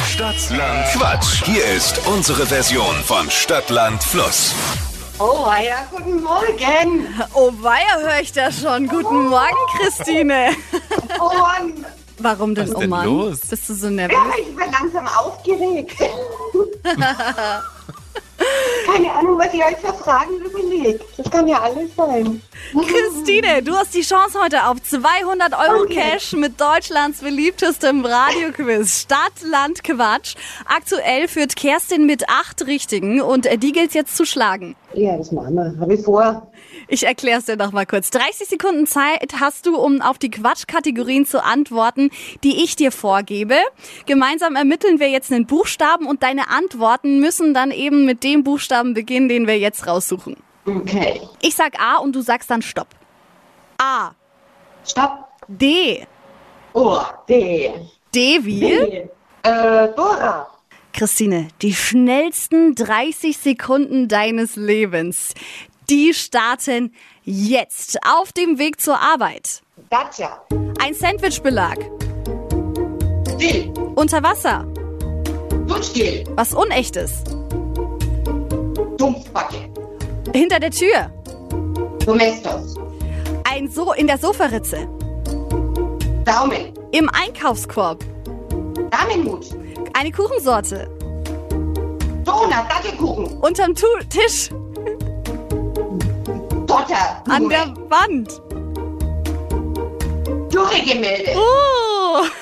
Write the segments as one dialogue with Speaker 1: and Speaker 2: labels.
Speaker 1: Stadtland Quatsch. Hier ist unsere Version von Stadtland Fluss.
Speaker 2: Oh, ja, guten Morgen.
Speaker 3: Oh weia, höre ich da schon. Guten Morgen, Christine.
Speaker 2: Oh Mann.
Speaker 3: Warum denn,
Speaker 4: Was ist
Speaker 3: oh
Speaker 4: denn
Speaker 3: Mann?
Speaker 4: los?
Speaker 3: Bist du so
Speaker 2: Ja,
Speaker 3: nervös?
Speaker 2: ich bin langsam aufgeregt. Keine Ahnung, was ihr euch für Fragen überlegt. Das kann ja alles sein.
Speaker 3: Christine, du hast die Chance heute auf 200 Euro
Speaker 2: Okay.
Speaker 3: Cash mit Deutschlands beliebtestem Radioquiz Stadt, Land, Quatsch. Aktuell führt Kerstin mit acht Richtigen und äh, die gilt jetzt zu schlagen.
Speaker 2: Ja, das machen wir. Habe ich vor.
Speaker 3: Ich erkläre es dir noch mal kurz. 30 Sekunden Zeit hast du, um auf die Quatschkategorien zu antworten, die ich dir vorgebe. Gemeinsam ermitteln wir jetzt einen Buchstaben und deine Antworten müssen dann eben mit dem Buchstaben beginnen, den wir jetzt raussuchen.
Speaker 2: Okay.
Speaker 3: Ich sag A und du sagst dann Stopp. A.
Speaker 2: Stopp.
Speaker 3: D.
Speaker 2: Oh, D.
Speaker 3: D wie?
Speaker 2: Äh, Dora.
Speaker 3: Christine, die schnellsten 30 Sekunden deines Lebens. Die starten jetzt auf dem Weg zur Arbeit.
Speaker 2: Dacia.
Speaker 3: Ein Sandwichbelag.
Speaker 2: Dill.
Speaker 3: Unter Wasser.
Speaker 2: Wutschgel.
Speaker 3: Was Unechtes.
Speaker 2: Dumpfbacke.
Speaker 3: Hinter der Tür.
Speaker 2: Domestos.
Speaker 3: Ein so in der Sofaritze.
Speaker 2: Daumen.
Speaker 3: Im Einkaufskorb.
Speaker 2: Damenmut.
Speaker 3: Eine Kuchensorte.
Speaker 2: Donut. Dattelkuchen.
Speaker 3: Unterm tu Tisch.
Speaker 2: Dotter.
Speaker 3: An der Wand.
Speaker 2: Dürregemälde.
Speaker 3: Oh.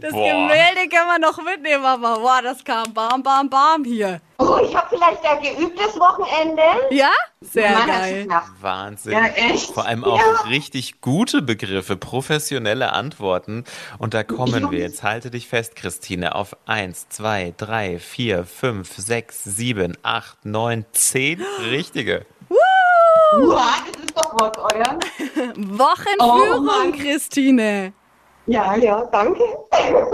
Speaker 3: Das
Speaker 4: Boah.
Speaker 3: Gemälde kann man noch mitnehmen, aber boah, das kam bam, bam, bam hier.
Speaker 2: Oh, ich habe vielleicht ein geübtes Wochenende.
Speaker 3: Ja? Sehr
Speaker 2: Mann, das ist
Speaker 3: geil.
Speaker 2: nach
Speaker 4: Wahnsinn.
Speaker 2: Ja, echt.
Speaker 4: Vor allem auch
Speaker 2: Ja.
Speaker 4: richtig gute Begriffe, professionelle Antworten. Und da kommen wir
Speaker 2: Jungs.
Speaker 4: jetzt. Halte dich fest, Christine, auf 1, 2, 3, 4, 5, 6, 7, 8, 9, 10 richtige.
Speaker 2: Uah, das ist doch was, oder? Oh
Speaker 3: Wochenführung,
Speaker 2: Mann.
Speaker 3: Christine.
Speaker 2: Ja, ja, danke.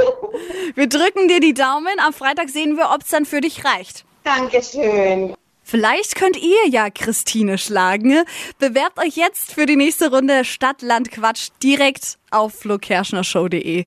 Speaker 3: Wir drücken dir die Daumen. Am Freitag sehen wir, ob es dann für dich reicht.
Speaker 2: Dankeschön.
Speaker 3: Vielleicht könnt ihr ja Christine schlagen. Bewerbt euch jetzt für die nächste Runde Stadt, Land, Quatsch direkt auf flokerschnershow.de.